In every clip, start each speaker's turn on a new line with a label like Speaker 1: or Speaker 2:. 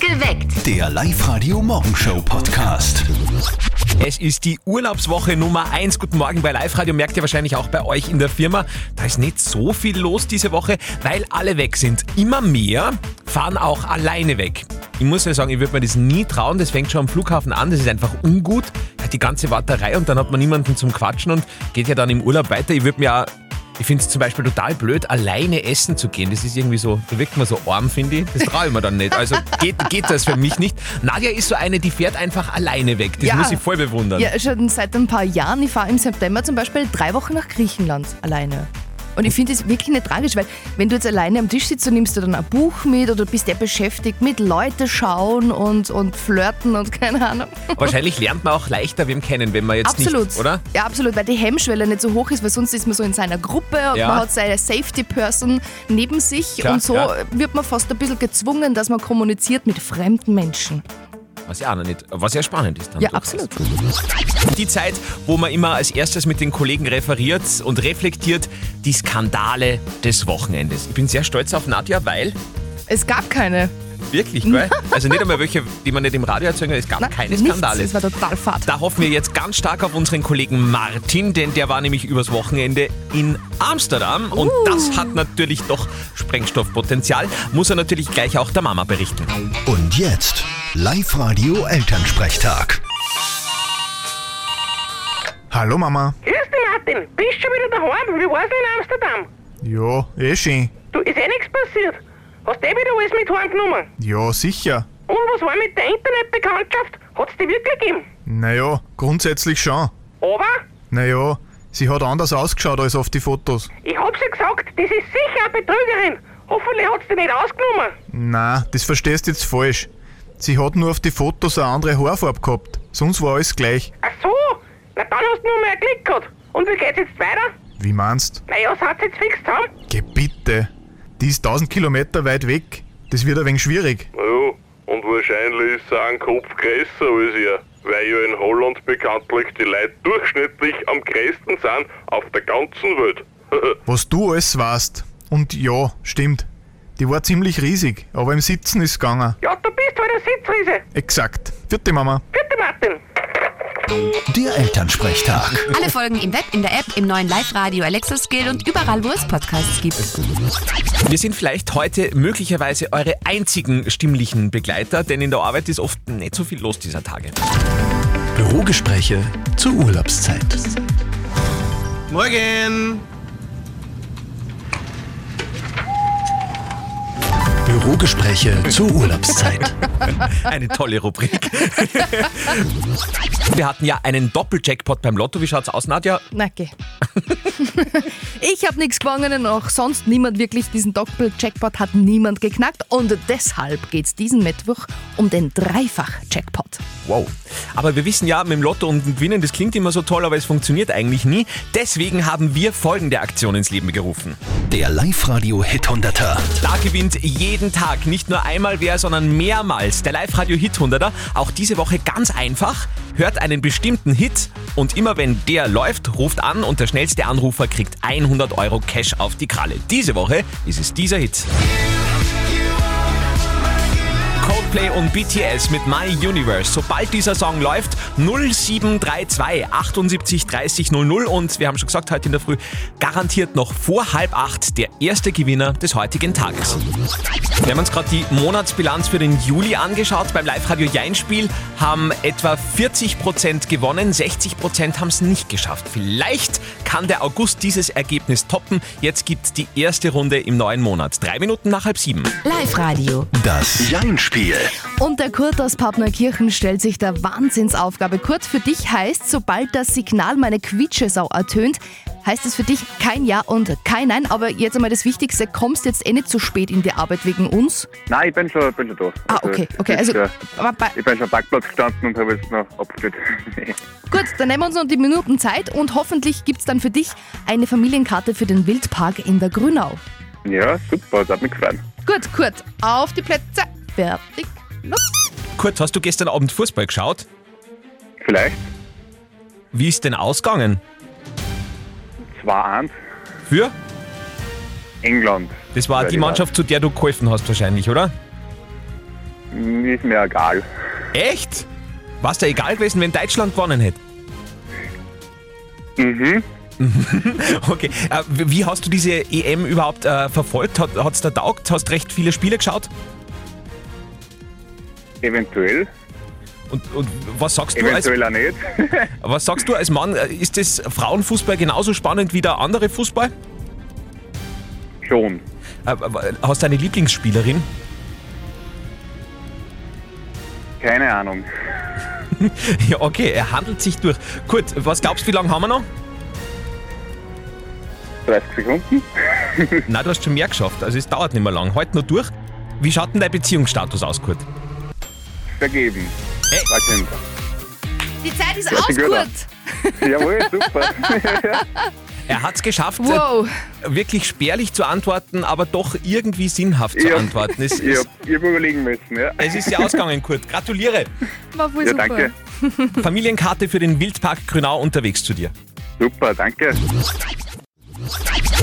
Speaker 1: Geweckt.
Speaker 2: Der Live-Radio-Morgenshow-Podcast.
Speaker 3: Es ist die Urlaubswoche Nummer 1. Guten Morgen bei Live Radio. Merkt ihr wahrscheinlich auch bei euch in der Firma. Da ist nicht so viel los diese Woche, weil alle weg sind. Immer mehr fahren auch alleine weg. Ich muss ja sagen, ich würde mir das nie trauen. Das fängt schon am Flughafen an. Das ist einfach ungut. Die ganze Warterei und dann hat man niemanden zum Quatschen und geht ja dann im Urlaub weiter. Ich würde mir auch ich finde es zum Beispiel total blöd, alleine essen zu gehen. Das ist irgendwie so, da wirkt man so arm, finde ich. Das traue ich mir dann nicht. Also geht, geht das für mich nicht. Nadja ist so eine, die fährt einfach alleine weg. Das
Speaker 4: Ja.
Speaker 3: muss ich voll bewundern.
Speaker 4: Ja, schon seit ein paar Jahren. Ich fahre im September zum Beispiel drei Wochen nach Griechenland alleine. Und ich finde es wirklich nicht tragisch, weil wenn du jetzt alleine am Tisch sitzt und nimmst du dann ein Buch mit oder bist der beschäftigt mit Leute schauen und, und flirten und keine Ahnung.
Speaker 3: Wahrscheinlich lernt man auch leichter wem kennen, wenn man jetzt
Speaker 4: Absolut.
Speaker 3: nicht, oder?
Speaker 4: Ja, absolut, weil die Hemmschwelle nicht so hoch ist, weil sonst ist man so in seiner Gruppe und
Speaker 3: Ja.
Speaker 4: man hat seine Safety-Person neben sich
Speaker 3: Klar,
Speaker 4: und so
Speaker 3: ja.
Speaker 4: wird man fast ein bisschen gezwungen, dass man kommuniziert mit fremden Menschen.
Speaker 3: Was ja auch noch nicht, was ja spannend ist. Dann
Speaker 4: Ja,
Speaker 3: durchaus.
Speaker 4: absolut.
Speaker 3: Die Zeit, wo man immer als erstes mit den Kollegen referiert und reflektiert, die Skandale des Wochenendes. Ich bin sehr stolz auf Nadja, weil
Speaker 4: Es gab keine.
Speaker 3: wirklich, gell? Also nicht einmal welche, die man nicht im Radio erzeugen, kann, es gab
Speaker 4: Nein,
Speaker 3: keine
Speaker 4: nichts.
Speaker 3: Skandale.
Speaker 4: Es war total fad.
Speaker 3: Da hoffen wir jetzt ganz stark auf unseren Kollegen Martin, denn der war nämlich übers Wochenende in Amsterdam und
Speaker 4: Uh.
Speaker 3: das hat natürlich doch Sprengstoffpotenzial. Muss er natürlich gleich auch der Mama berichten.
Speaker 2: Und jetzt Live-Radio-Elternsprechtag.
Speaker 5: Hallo Mama.
Speaker 6: Grüß dich, Martin. Bist schon wieder daheim? Wie war's denn in Amsterdam?
Speaker 5: Ja, eh schön.
Speaker 6: Du, ist eh nichts passiert. Hast eh wieder alles mit heimgenommen?
Speaker 5: Ja, sicher.
Speaker 6: Und was war mit der Internetbekanntschaft? Hat's die wirklich gegeben?
Speaker 5: Naja, grundsätzlich schon.
Speaker 6: Aber,
Speaker 5: Naja, sie hat anders ausgeschaut als auf die Fotos.
Speaker 6: ich hab's ja gesagt, das ist sicher eine Betrügerin. Hoffentlich hat's die nicht ausgenommen.
Speaker 5: Na, das verstehst jetzt falsch. Sie hat nur auf die Fotos eine andere Haarfarbe gehabt. Sonst war alles gleich.
Speaker 6: Ach so, na dann hast du nur mehr Glück gehabt. Und wie geht's jetzt weiter?
Speaker 5: Wie meinst?
Speaker 6: Naja, seid jetzt fix zusammen?
Speaker 5: Geh bitte. Die ist 1000 Kilometer weit weg. Das wird ein wenig schwierig.
Speaker 7: Ja, und wahrscheinlich ist er ein Kopf größer als ihr, weil ja in Holland bekanntlich die Leute durchschnittlich am größten sind auf der ganzen Welt.
Speaker 5: Was du alles weißt. Und ja, stimmt. Die war ziemlich riesig, aber im Sitzen ist gegangen.
Speaker 6: Ja, du bist halt eine Sitzriese.
Speaker 5: Exakt. Vierte Mama.
Speaker 6: Bitte, Martin.
Speaker 2: Der Elternsprechtag.
Speaker 1: Alle Folgen im Web, in der App, im neuen Live-Radio Alexa Skill und überall, wo es Podcasts gibt.
Speaker 3: Wir sind vielleicht heute möglicherweise eure einzigen stimmlichen Begleiter, denn in der Arbeit ist oft nicht so viel los dieser Tage.
Speaker 2: Bürogespräche zur Urlaubszeit.
Speaker 8: Morgen!
Speaker 2: Bürogespräche zur Urlaubszeit.
Speaker 3: Eine tolle Rubrik. Wir hatten ja einen Doppeljackpot beim Lotto. Wie schaut's aus, Nadja?
Speaker 4: Na, geh. ich habe nichts gewonnen und auch sonst niemand wirklich diesen Doppel-Jackpot hat niemand geknackt und deshalb geht es diesen Mittwoch um den Dreifach-Jackpot.
Speaker 3: Wow. Aber wir wissen ja, mit dem Lotto und dem Gewinnen, das klingt immer so toll, aber es funktioniert eigentlich nie. Deswegen haben wir folgende Aktion ins Leben gerufen.
Speaker 2: Der Live-Radio-Hit 100er.
Speaker 3: Da gewinnt jeden Tag nicht nur einmal wer, sondern mehrmals der Live-Radio Hit 100er. Auch diese Woche ganz einfach. Hört einen bestimmten Hit und immer wenn der läuft, ruft an und der schnellste Anrufer kriegt 100 Euro Cash auf die Kralle. Diese Woche ist es dieser Hit. Coldplay und BTS mit My Universe. Sobald dieser Song läuft, 0732 78 30 00 und wir haben schon gesagt, heute in der Früh garantiert noch vor halb acht der erste Gewinner des heutigen Tages. Wir haben uns gerade die Monatsbilanz für den Juli angeschaut. Beim Live-Radio Jein-Spiel haben etwa 40% gewonnen, 60% haben es nicht geschafft. Vielleicht kann der August dieses Ergebnis toppen. Jetzt gibt's die erste Runde im neuen Monat. Drei Minuten nach halb sieben.
Speaker 1: Live-Radio.
Speaker 2: Das Jein-Spiel.
Speaker 4: Und der Kurt aus Papnerkirchen stellt sich der Wahnsinnsaufgabe. Kurt, für dich heißt, sobald das Signal meine Quietschesau ertönt, heißt es für dich kein Ja und kein Nein. Aber jetzt einmal das Wichtigste, kommst jetzt eh nicht zu spät in die Arbeit wegen uns.
Speaker 9: Nein, ich bin schon, bin schon da.
Speaker 4: Ah, okay, okay. Also,
Speaker 9: ja,
Speaker 4: aber bei,
Speaker 9: ich bin schon am Parkplatz gestanden und habe jetzt noch abgestellt.
Speaker 4: Gut, dann nehmen wir uns noch die Minuten Zeit und hoffentlich gibt es dann für dich eine Familienkarte für den Wildpark in der Grünau.
Speaker 9: ja, super, das hat mich gefreut.
Speaker 4: Gut, Kurt, auf die Plätze. Fertig. Los.
Speaker 3: Kurt, hast du gestern Abend Fußball geschaut?
Speaker 9: Vielleicht
Speaker 3: Wie ist denn ausgegangen?
Speaker 9: 2-1
Speaker 3: Für?
Speaker 9: England.
Speaker 3: Das
Speaker 9: Ja,
Speaker 3: war
Speaker 9: genau.
Speaker 3: die Mannschaft, zu der du geholfen hast wahrscheinlich, oder?
Speaker 9: Ist mir egal.
Speaker 3: Echt? War's da egal gewesen, wenn Deutschland gewonnen hätte?
Speaker 9: Mhm.
Speaker 3: Okay. Äh, wie wie hast du diese EM überhaupt äh, verfolgt? Hat es da taugt? Hast recht viele Spiele geschaut?
Speaker 9: Eventuell.
Speaker 3: Und, und was sagst du als,
Speaker 9: Eventuell auch nicht.
Speaker 3: was sagst du als Mann? Äh, Ist das Frauenfußball genauso spannend wie der andere Fußball?
Speaker 9: Schon.
Speaker 3: Äh, Hast du eine Lieblingsspielerin?
Speaker 9: Keine Ahnung.
Speaker 3: Ja, okay, er handelt sich durch. Gut, was glaubst du, wie lange haben wir noch?
Speaker 9: 30 Sekunden?
Speaker 3: Na, du hast schon mehr geschafft, also es dauert nicht mehr lang. Halt nur durch. Wie schaut denn dein Beziehungsstatus aus, Kurt?
Speaker 9: Vergeben.
Speaker 3: Ey.
Speaker 9: War kein-
Speaker 4: Die Zeit ist
Speaker 9: Hört
Speaker 4: aus,
Speaker 9: sich gut an.
Speaker 4: Kurt.
Speaker 9: Jawohl, super.
Speaker 3: Er hat es geschafft, äh,
Speaker 4: Wow.
Speaker 3: wirklich spärlich zu antworten, aber doch irgendwie sinnhaft zu
Speaker 9: Ja.
Speaker 3: antworten. Es,
Speaker 9: ich
Speaker 3: es,
Speaker 9: hab, ich hab überlegen müssen, ja.
Speaker 3: es ist ja ausgegangen, Kurt. Gratuliere.
Speaker 4: War voll
Speaker 9: Ja,
Speaker 4: super.
Speaker 9: danke.
Speaker 3: Familienkarte für den Wildpark Grünau unterwegs zu dir.
Speaker 9: Super, danke.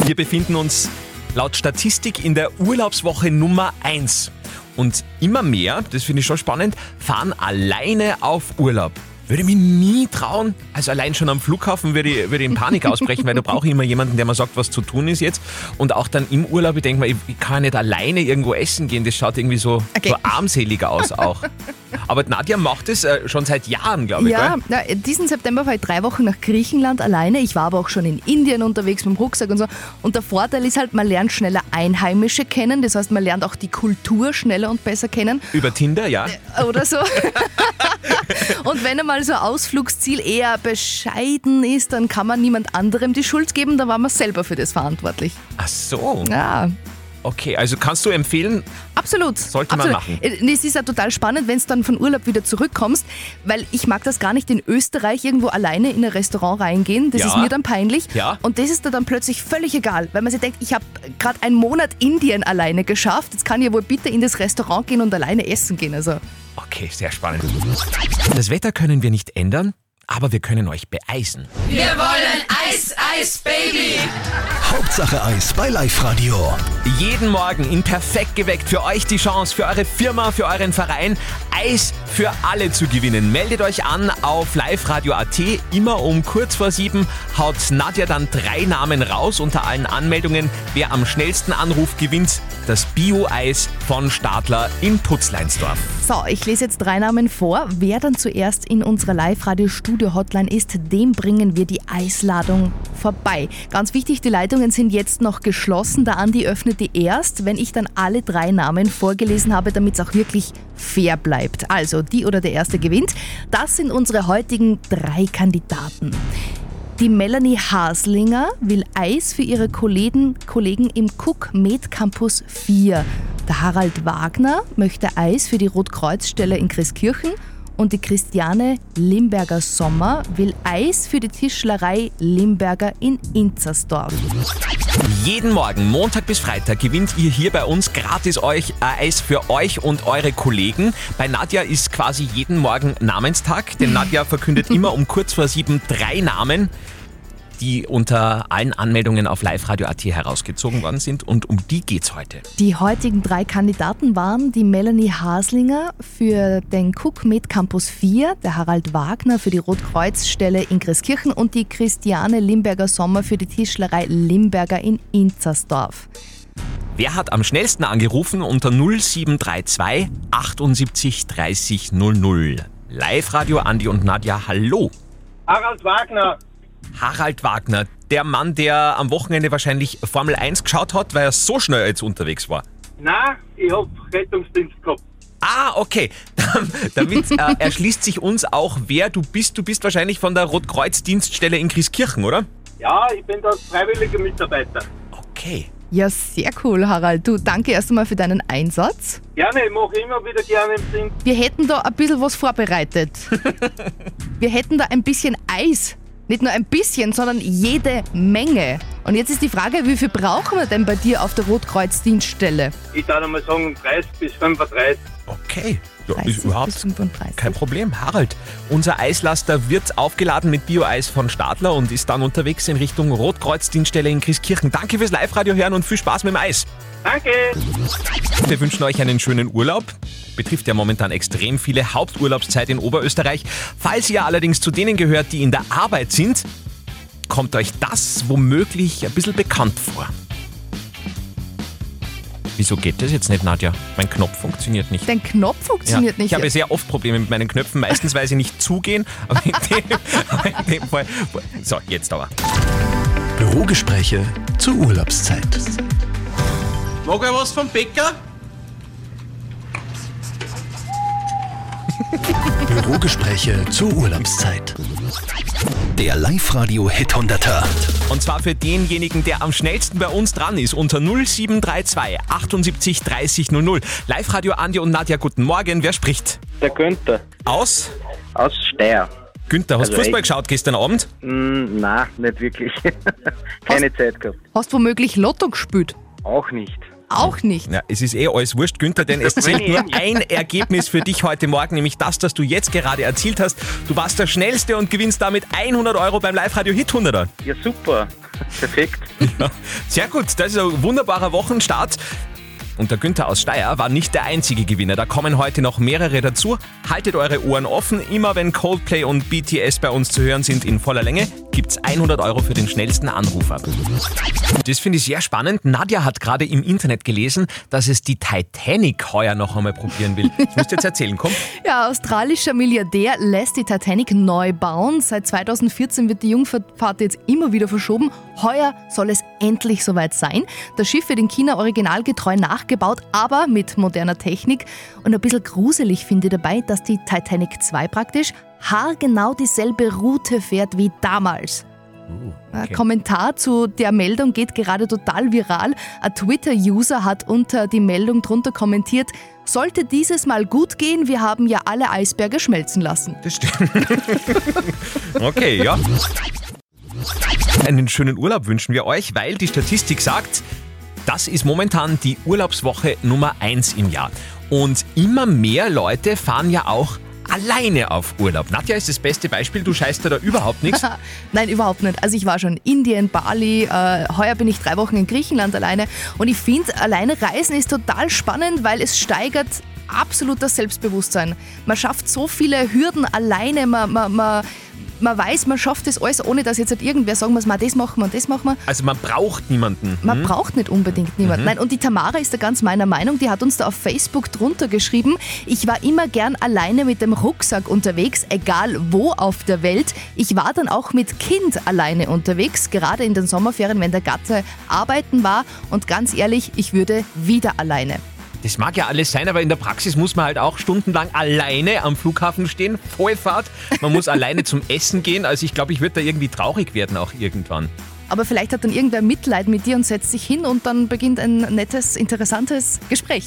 Speaker 3: Wir befinden uns laut Statistik in der Urlaubswoche Nummer 1. Und immer mehr, das finde ich schon spannend, fahren alleine auf Urlaub. Würde mich nie trauen. Also allein schon am Flughafen würde ich, würde ich in Panik ausbrechen, weil da brauche ich immer jemanden, der mir sagt, was zu tun ist jetzt. Und auch dann im Urlaub, ich denke mir, ich, ich kann ja nicht alleine irgendwo essen gehen. Das schaut irgendwie so, so armselig aus auch. Aber Nadja macht es äh, schon seit Jahren, glaube ich.
Speaker 4: Ja,
Speaker 3: gell?
Speaker 4: na, diesen September war ich drei Wochen nach Griechenland alleine. Ich war aber auch schon in Indien unterwegs mit dem Rucksack und so. Und der Vorteil ist halt, man lernt schneller Einheimische kennen. Das heißt, man lernt auch die Kultur schneller und besser kennen
Speaker 3: Über Tinder, ja.
Speaker 4: oder so. und wenn einmal so ein Ausflugsziel eher bescheiden ist, dann kann man niemand anderem die Schuld geben. Dann war man selber für das verantwortlich.
Speaker 3: Ach so.
Speaker 4: Ja,
Speaker 3: Okay, also kannst du empfehlen,
Speaker 4: Absolut.
Speaker 3: Sollte man
Speaker 4: Absolut.
Speaker 3: machen.
Speaker 4: Äh, Es ist ja total spannend, wenn du dann von Urlaub wieder zurückkommst, weil ich mag das gar nicht in Österreich irgendwo alleine in ein Restaurant reingehen. Das
Speaker 3: Ja.
Speaker 4: ist mir dann peinlich.
Speaker 3: Ja.
Speaker 4: Und das ist dir dann plötzlich völlig egal, weil man sich denkt, ich habe gerade einen Monat Indien alleine geschafft. Jetzt kann ich ja wohl bitte in das Restaurant gehen und alleine essen gehen. Also
Speaker 3: Okay, sehr spannend. Das Wetter können wir nicht ändern, aber wir können euch beeisen.
Speaker 2: Hauptsache Eis bei Live-Radio.
Speaker 3: Jeden Morgen in Perfekt geweckt für euch die Chance, für eure Firma, für euren Verein, Eis für alle zu gewinnen. Meldet euch an auf liveradio.at. Immer um kurz vor sieben haut Nadja dann drei Namen raus unter allen Anmeldungen. Wer am schnellsten anruft, gewinnt das Bio-Eis von Stadler in Putzleinsdorf.
Speaker 4: So, ich lese jetzt drei Namen vor. Wer dann zuerst in unserer Live-Radio-Studio-Hotline ist, dem bringen wir die Eisladung vorbei. Ganz wichtig, die Leitungen sind jetzt noch geschlossen. Der Andi öffnet die erst, wenn ich dann alle drei Namen vorgelesen habe, damit es auch wirklich fair bleibt. Also, die oder der Erste gewinnt. Das sind unsere heutigen drei Kandidaten. Die Melanie Haslinger will Eis für ihre Kollegen, Kollegen im Cook Med Campus 4. Der Harald Wagner möchte Eis für die Rotkreuzstelle in Christkirchen. Und die Christiane Limberger Sommer will Eis für die Tischlerei Limberger in Inzersdorf.
Speaker 3: Jeden Morgen, Montag bis Freitag, gewinnt ihr hier bei uns gratis euch äh, Eis für euch und eure Kollegen. Bei Nadja ist quasi jeden Morgen Namenstag, denn Nadja verkündet immer um kurz vor sieben drei Namen, die unter allen Anmeldungen auf liveradio.at herausgezogen worden sind und um die geht's heute.
Speaker 4: Die heutigen drei Kandidaten waren die Melanie Haslinger für den Cook Med Campus 4, der Harald Wagner für die Rotkreuzstelle in Christkirchen und die Christiane Limberger Sommer für die Tischlerei Limberger in Inzersdorf.
Speaker 3: Wer hat am schnellsten angerufen unter 0732 78 30 00? Live Radio Andi und Nadja, hallo.
Speaker 8: Harald Wagner,
Speaker 3: Harald Wagner, der Mann, der am Wochenende wahrscheinlich Formel 1 geschaut hat, weil er so schnell jetzt unterwegs war.
Speaker 8: nein, ich hab Rettungsdienst gehabt.
Speaker 3: Ah, okay. Damit äh, erschließt sich uns auch, wer du bist. Du bist wahrscheinlich von der Rotkreuz-Dienststelle in Christkirchen, oder?
Speaker 8: Ja, ich bin da freiwilliger Mitarbeiter.
Speaker 3: Okay.
Speaker 4: Ja, sehr cool, Harald. Du, danke erst einmal für deinen Einsatz.
Speaker 8: Gerne, ich mache immer wieder gerne im Dienst.
Speaker 4: Wir hätten da ein bisschen was vorbereitet. Wir hätten da ein bisschen Eis. Nicht nur ein bisschen, sondern jede Menge. Und jetzt ist die Frage, wie viel brauchen wir denn bei dir auf der Rotkreuz-Dienststelle?
Speaker 8: Ich darf mal sagen, 30 bis 35.
Speaker 3: Okay. Ja,
Speaker 4: 30
Speaker 3: ist
Speaker 4: bis
Speaker 3: überhaupt
Speaker 4: 35.
Speaker 3: kein Problem. Harald, unser Eislaster wird aufgeladen mit Bio-Eis von Stadler und ist dann unterwegs in Richtung Rotkreuz-Dienststelle in Christkirchen. Danke fürs Live-Radio hören und viel Spaß mit dem Eis.
Speaker 8: Danke!
Speaker 3: Wir wünschen euch einen schönen Urlaub. Betrifft ja momentan extrem viele Haupturlaubszeit in Oberösterreich. Falls ihr allerdings zu denen gehört, die in der Arbeit sind, kommt euch das womöglich ein bisschen bekannt vor. Wieso geht das jetzt nicht, Nadja? Mein Knopf funktioniert nicht.
Speaker 4: Dein Knopf funktioniert
Speaker 3: Ja,
Speaker 4: nicht.
Speaker 3: Ich habe sehr oft Probleme mit meinen Knöpfen, meistens weil sie nicht zugehen, aber in dem, aber in dem Fall. So, jetzt aber.
Speaker 2: Bürogespräche zur Urlaubszeit.
Speaker 10: Mag ich was vom Bäcker?
Speaker 2: Bürogespräche zur Urlaubszeit. Der Live-Radio Hit 100er.
Speaker 3: Und zwar für denjenigen, der am schnellsten bei uns dran ist, unter 0732 78 30 00. Live-Radio Andi und Nadja, guten Morgen. Wer spricht?
Speaker 10: Der Günther.
Speaker 3: Aus?
Speaker 10: Aus Steyr.
Speaker 3: Günther, hast
Speaker 10: Also
Speaker 3: Fußball
Speaker 10: ich-
Speaker 3: geschaut gestern Abend?
Speaker 10: Hm, nein, nicht wirklich. Keine Zeit gehabt.
Speaker 4: Hast womöglich Lotto gespielt?
Speaker 10: Auch nicht.
Speaker 4: Auch nicht.
Speaker 3: Ja, es ist eh alles wurscht, Günther, denn es zählt nur ein Ergebnis für dich heute Morgen, nämlich das, das du jetzt gerade erzielt hast. Du warst der Schnellste und gewinnst damit 100 Euro beim Live-Radio Hit 100er.
Speaker 10: Ja, super. Perfekt.
Speaker 3: Ja, sehr gut, das ist ein wunderbarer Wochenstart. Und der Günther aus Steyr war nicht der einzige Gewinner. Da kommen heute noch mehrere dazu. Haltet eure Ohren offen. Immer wenn Coldplay und BTS bei uns zu hören sind in voller Länge, gibt's 100 Euro für den schnellsten Anrufer. Das finde ich sehr spannend. Nadja hat gerade im Internet gelesen, dass es die Titanic heuer noch einmal probieren will. Ich muss dir jetzt erzählen, komm.
Speaker 4: Ja, australischer Milliardär lässt die Titanic neu bauen. Seit 2014 wird die Jungfahrt jetzt immer wieder verschoben. Heuer soll es endlich soweit sein. Das Schiff wird in China originalgetreu nachgebaut, aber mit moderner Technik. Und ein bisschen gruselig finde ich dabei, dass die Titanic 2 praktisch haargenau dieselbe Route fährt wie damals. Ein Äh, Kommentar zu der Meldung geht gerade total viral. Ein Twitter-User hat unter die Meldung drunter kommentiert, sollte dieses Mal gut gehen, wir haben ja alle Eisberge schmelzen lassen.
Speaker 3: Das stimmt. okay, ja. Einen schönen Urlaub wünschen wir euch, weil die Statistik sagt, das ist momentan die Urlaubswoche Nummer 1 im Jahr. Und immer mehr Leute fahren ja auch alleine auf Urlaub. Nadja ist das beste Beispiel, du scheißt dir da überhaupt nichts.
Speaker 4: Nein, überhaupt nicht. Also ich war schon in Indien, Bali, äh, heuer bin ich drei Wochen in Griechenland alleine und ich finde, alleine reisen ist total spannend, weil es steigert absolut das Selbstbewusstsein. Man schafft so viele Hürden alleine, man, man, man, man weiß, man schafft das alles, ohne dass jetzt halt irgendwer sagen muss, "Ma, das machen wir und das machen wir.
Speaker 3: Also man braucht niemanden.
Speaker 4: Man braucht nicht unbedingt niemanden. Nein, und die Tamara ist da ganz meiner Meinung. Die hat uns da auf Facebook drunter geschrieben, ich war immer gern alleine mit dem Rucksack unterwegs, egal wo auf der Welt. Ich war dann auch mit Kind alleine unterwegs, gerade in den Sommerferien, wenn der Gatte arbeiten war. Und ganz ehrlich, ich würde wieder alleine.
Speaker 3: Das mag ja alles sein, aber in der Praxis muss man halt auch stundenlang alleine am Flughafen stehen, Vollfahrt. Man muss alleine zum Essen gehen. Also ich glaube, ich würde da irgendwie traurig werden auch irgendwann.
Speaker 4: Aber vielleicht hat dann irgendwer Mitleid mit dir und setzt sich hin und dann beginnt ein nettes, interessantes Gespräch.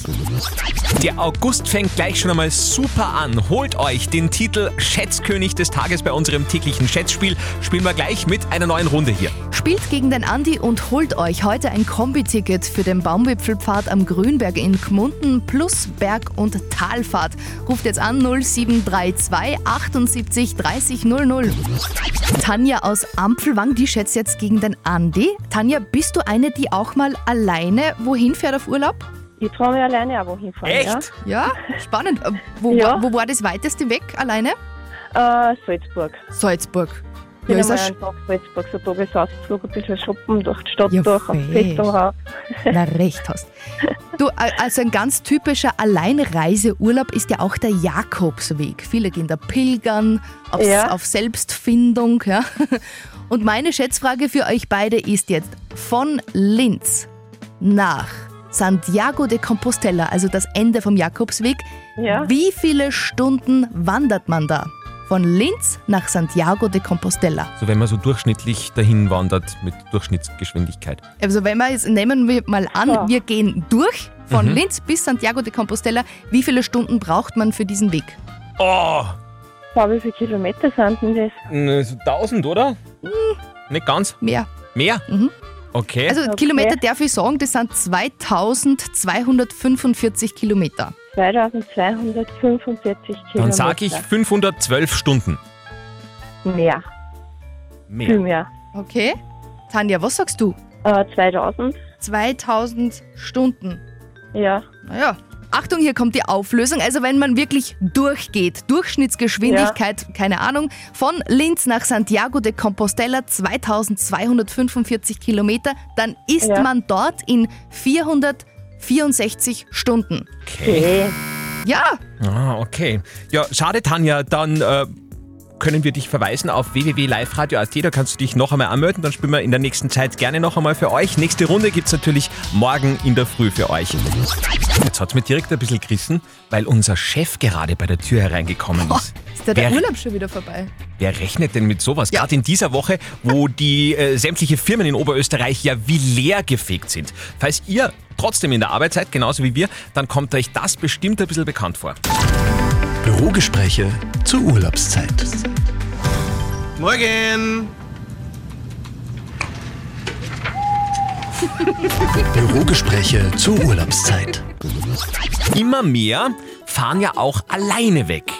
Speaker 3: Der August fängt gleich schon einmal super an. Holt euch den Titel Schätzkönig des Tages bei unserem täglichen Schätzspiel. Spielen wir gleich mit einer neuen Runde hier.
Speaker 4: Spielt gegen den Andi und holt euch heute ein Kombiticket für den Baumwipfelpfad am Grünberg in Gmunden plus Berg- und Talfahrt. Ruft jetzt an 0732 78 30 00. Tanja aus Ampelwang, die schätzt jetzt gegen den Andi. Tanja, bist du eine, die auch mal alleine wohin fährt auf Urlaub?
Speaker 6: Ich traue mich alleine auch wohin fahren.
Speaker 3: Echt?
Speaker 4: Ja, spannend. Äh, Wo,
Speaker 6: Ja.
Speaker 4: War, wo war das weiteste weg alleine?
Speaker 6: Ja? Äh, Salzburg.
Speaker 4: Salzburg.
Speaker 6: Bin
Speaker 4: Ja, ist
Speaker 6: einmal
Speaker 4: ein
Speaker 6: einen Tag Salzburg, so ein Tagesausflug, ein bisschen shoppen durch die Stadt
Speaker 4: Ja,
Speaker 6: durch, am
Speaker 4: fest.
Speaker 6: Fest rauf.
Speaker 4: Na, recht hast. Du, a- also ein ganz typischer Alleinreiseurlaub ist ja auch der Jakobsweg. Viele gehen da pilgern, aufs,
Speaker 6: Ja.
Speaker 4: auf Selbstfindung. Ja. Und meine Schätzfrage für euch beide ist jetzt von Linz nach Santiago de Compostela, also das Ende vom Jakobsweg.
Speaker 6: Ja.
Speaker 4: Wie viele Stunden wandert man da? Von Linz nach Santiago de Compostela.
Speaker 3: So wenn man so durchschnittlich dahin wandert mit Durchschnittsgeschwindigkeit.
Speaker 4: Also wenn wir jetzt nehmen wir mal an,
Speaker 6: Ja.
Speaker 4: wir gehen durch von Linz bis Santiago de Compostela. Wie viele Stunden braucht man für diesen Weg?
Speaker 3: Oh, ne,
Speaker 6: Schau, wie viele Kilometer sind denn das?
Speaker 3: n- so 1000, oder? Nicht ganz.
Speaker 4: Mehr.
Speaker 3: Mehr?
Speaker 4: Mhm.
Speaker 3: Okay.
Speaker 4: Also Kilometer darf ich sagen, das sind 2245 Kilometer.
Speaker 11: 2245 Kilometer.
Speaker 3: Dann sage ich 512 Stunden.
Speaker 11: Mehr, viel mehr.
Speaker 4: Okay. Tanja, was sagst du?
Speaker 6: Äh,
Speaker 11: 2000.
Speaker 4: 2000 Stunden.
Speaker 11: Ja.
Speaker 4: Naja. Achtung, hier kommt die Auflösung. Also wenn man wirklich durchgeht, Durchschnittsgeschwindigkeit, keine Ahnung, von Linz nach Santiago de Compostela 2245 Kilometer, dann ist
Speaker 11: Ja.
Speaker 4: man dort in 464 Stunden.
Speaker 3: Okay.
Speaker 4: Ja,
Speaker 3: Ah, okay. Ja, schade, Tanja. Dann äh, können wir dich verweisen auf www.liveradio.at. Da kannst du dich noch einmal anmelden. Dann spielen wir in der nächsten Zeit gerne noch einmal für euch. Nächste Runde gibt es natürlich morgen in der Früh für euch. Jetzt hat es mir direkt ein bisschen gerissen, weil unser Chef gerade bei der Tür hereingekommen ist.
Speaker 4: ist der, der
Speaker 3: Wer-
Speaker 4: Urlaub schon wieder vorbei?
Speaker 3: Wer rechnet denn mit sowas? Gerade in dieser Woche, wo die äh, sämtliche Firmen in Oberösterreich ja wie leer gefegt sind. Falls ihr trotzdem in der Arbeit seid, genauso wie wir, dann kommt euch das bestimmt ein bisschen bekannt vor.
Speaker 2: Bürogespräche zur Urlaubszeit.
Speaker 12: Morgen!
Speaker 2: Bürogespräche zur Urlaubszeit.
Speaker 3: Immer mehr fahren ja auch alleine weg.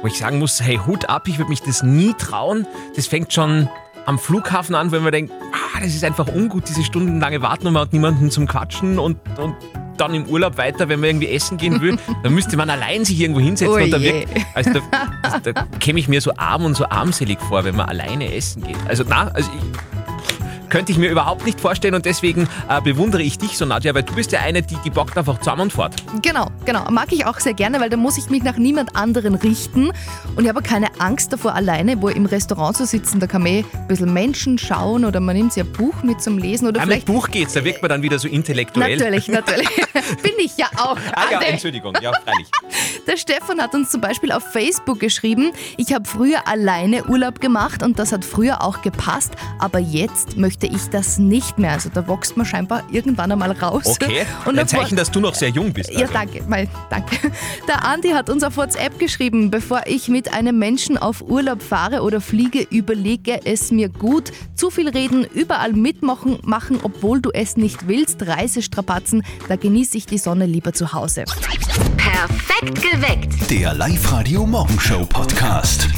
Speaker 3: Wo ich sagen muss, hey, Hut ab, ich würde mich das nie trauen. Das fängt schon am Flughafen an, wenn man denkt, ah, das ist einfach ungut, diese stundenlange Warten und man hat niemanden zum Quatschen und, und dann im Urlaub weiter, wenn man irgendwie essen gehen will, dann müsste man allein sich irgendwo hinsetzen
Speaker 4: Oh
Speaker 3: und dann
Speaker 4: je.
Speaker 3: wirkt, also da, das, da käme ich mir so arm und so armselig vor, wenn man alleine essen geht. Also na, also ich, könnte ich mir überhaupt nicht vorstellen und deswegen äh, bewundere ich dich so, Nadja, weil du bist ja eine, die, die bockt einfach zusammen und fort.
Speaker 4: Genau, genau. Mag ich auch sehr gerne, weil da muss ich mich nach niemand anderen richten. Und ich habe auch keine Angst davor, alleine wo im Restaurant zu sitzen. Da kann man eh ein bisschen Menschen schauen oder man nimmt sich ein Buch mit zum Lesen oder
Speaker 3: Ah, mit
Speaker 4: vielleicht.
Speaker 3: Buch geht's, da wirkt man dann wieder so intellektuell.
Speaker 4: Natürlich, natürlich. Bin ich ja auch.
Speaker 3: Ah ja,
Speaker 4: Ade.
Speaker 3: Entschuldigung, ja, freilich.
Speaker 4: Der Stefan hat uns zum Beispiel auf Facebook geschrieben, ich habe früher alleine Urlaub gemacht und das hat früher auch gepasst, aber jetzt möchte ich das nicht mehr. Also da wächst man scheinbar irgendwann einmal raus.
Speaker 3: Okay,
Speaker 4: Und
Speaker 3: ein
Speaker 4: davor-
Speaker 3: Zeichen, dass du noch sehr jung bist. also.
Speaker 4: Ja, danke, mal, danke. Der Andi hat uns auf WhatsApp geschrieben, bevor ich mit einem Menschen auf Urlaub fahre oder fliege, überlege es mir gut. Zu viel reden, überall mitmachen, machen, obwohl du es nicht willst. Reisestrapazen, da genieße ich die Sonne lieber zu Hause.
Speaker 1: Perfekt geweckt.
Speaker 2: Der Live-Radio Morgenshow Podcast.